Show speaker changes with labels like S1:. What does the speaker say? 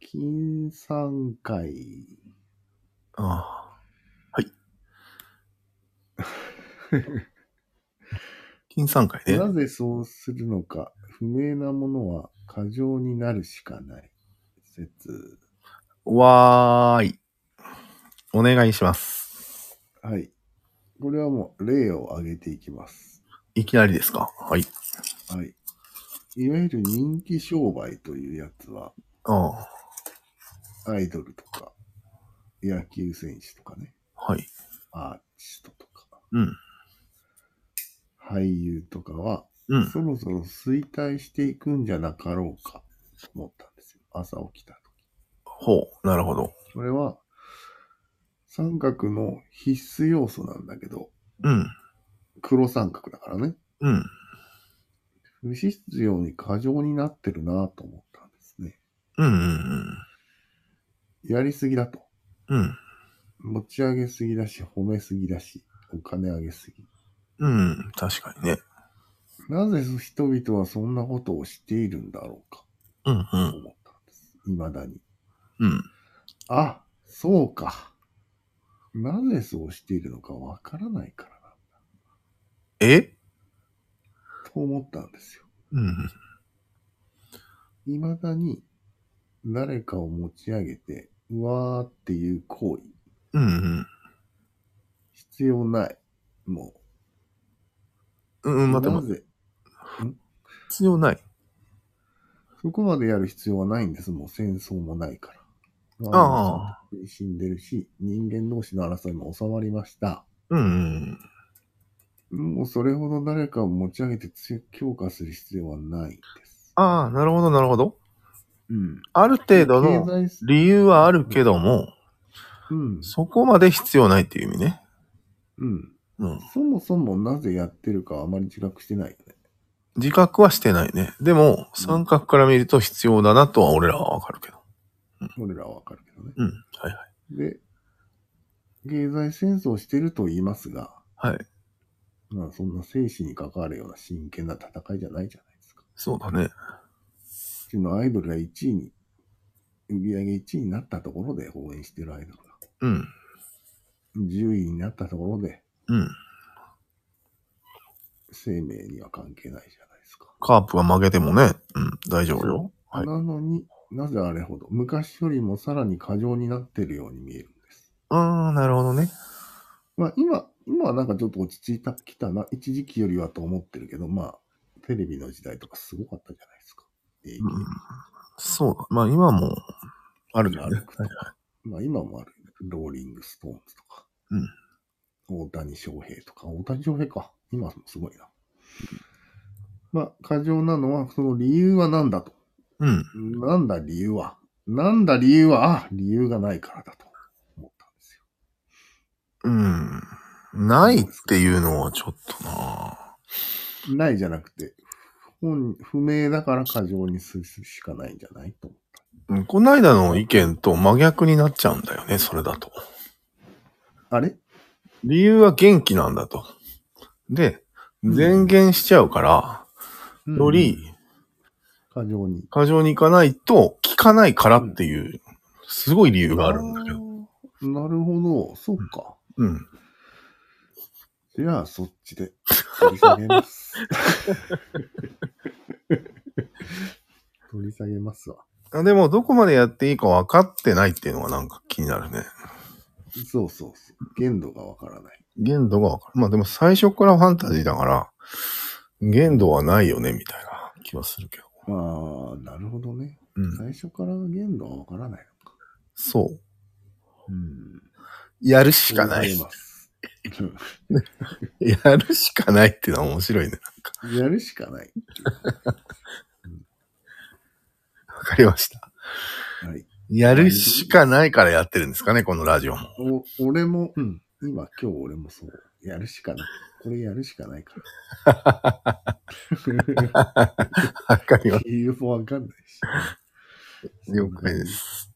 S1: 金三会。
S2: ああ。はい。 金三回ね。
S1: なぜそうするのか、不明なものは過剰になるしかない。説。
S2: わーい。お願いします。
S1: はい。これはもう例を挙げていきます。
S2: いきなりですかはい。
S1: はい。いわゆる人気商売というやつは、
S2: ああ。
S1: アイドルとか、野球選手とかね、
S2: はい。
S1: アーティストとか、
S2: うん。
S1: 俳優とかは、
S2: うん。
S1: そろそろ衰退していくんじゃなかろうかと思ったんですよ。朝起きた
S2: ほう。なるほど。
S1: 時。これは、三角の必須要素なんだけど、
S2: うん。
S1: 黒三角だからね。
S2: うん。
S1: 不必要に過剰になってるなと思ったんですね。
S2: うん。うん。
S1: やりすぎだと。
S2: うん。
S1: 持ち上げすぎだし、褒めすぎだし、お金上げすぎ。
S2: うん。うん確かにね。
S1: なぜ人々はそんなことをしているんだろうか
S2: うん。う
S1: と
S2: ん。
S1: 思ったんです。未だに。
S2: うん。
S1: あ、そうか。なぜそうしているのかわからないからな。
S2: え
S1: と思ったんですよ。
S2: うん。
S1: 未だに誰かを持ち上げて、うわーっていう行為、
S2: うん。
S1: 必要ない。も
S2: うん。うん。
S1: う。
S2: 待って
S1: な
S2: 待って。
S1: ぜ、
S2: 必要ない。
S1: そこまでやる必要はないんです。もう戦争もないから。
S2: あ
S1: あ。死んでるし、人間同士の争いも収まりました。
S2: うん。
S1: もうそれほど誰かを持ち上げて強強化する必要はないんです。
S2: ああ、なるほど、なるほど。
S1: うん。
S2: ある程度
S1: 経
S2: の
S1: 済す、
S2: 理由はあるけども、
S1: うん。
S2: そこまで必要ないっていう意味ね。
S1: うん。
S2: うん。
S1: そもそもなぜやってるかはあまり自覚してないよね。
S2: 自覚はしてないね。でも、三角から見ると必要だなとは俺らはわかるけど。
S1: 俺らはわかるけどね。
S2: うん。はいはい。
S1: で、経済戦争してると言いますが、
S2: はい。
S1: まあそんな生死に関わるような真剣な戦いじゃないじゃないですか。
S2: そうだね。
S1: うちのアイドルが1位に、売り上げ1位になったところで応援してるアイドルが、
S2: うん。
S1: 10位になったところで
S2: うん。
S1: 生命には関係ないじゃないですか。
S2: カープが負けてもね、うん、大丈夫よ。はい。
S1: なのになぜあれほど、昔よりもさらに過剰になってるように見えるんです。
S2: ああ、なるほどね。
S1: まあ今、今はなんかちょっと落ち着いたきたな、一時期よりはと思ってるけど、まあ、テレビの時代とかすごかったじゃないですか。え
S2: うん。そうだ。まあ今はもう、あるんだね。はいはい
S1: まあ今もある。ローリングストーンズとか。大谷翔平とか。大谷翔平か。今もすごいな。まあ、過剰なのは、その理由は何だと。
S2: うん。
S1: なんだ理由は。なんだ理由は、あ、理由がないからだと思ったんですよ。
S2: うん。ないっていうのはちょっとな
S1: ないじゃなくて、本不明だから過剰にするしかないんじゃないと思った。
S2: うんこないだの意見と真逆になっちゃうんだよね、それだと。
S1: あれ
S2: 理由は元気なんだと。で、前言しちゃうから、より
S1: 過剰に。
S2: 過剰に行かないと効かないからっていう、すごい理由があるんだけど。
S1: あーなるほど、そうか。
S2: うん。
S1: じゃあ、そっちで。取り下げ ます。取り下げますわ。
S2: あでも、どこまでやっていいか分かってないっていうのがなんか気になるね。
S1: そうそうそう。限度がわからない。
S2: 限度が分かる。まあでも最初からファンタジーだから、限度はないよね、みたいな気はするけど。
S1: まあ、なるほどね。
S2: うん。
S1: 最初から限度はわからないのか。
S2: そう。
S1: うん。
S2: やるしかない
S1: 取り。下げます
S2: やるしかないっていうのは面白いね。なんか、
S1: うんやるしかない。
S2: わかりました。
S1: はい。
S2: やるしかないからやってるんですかね、このラジオも。
S1: お俺も、うん。今、今日俺もそう。やるしかない。これやるしかないから。
S2: わかりま
S1: 理由もわかんないし。
S2: す。了解です。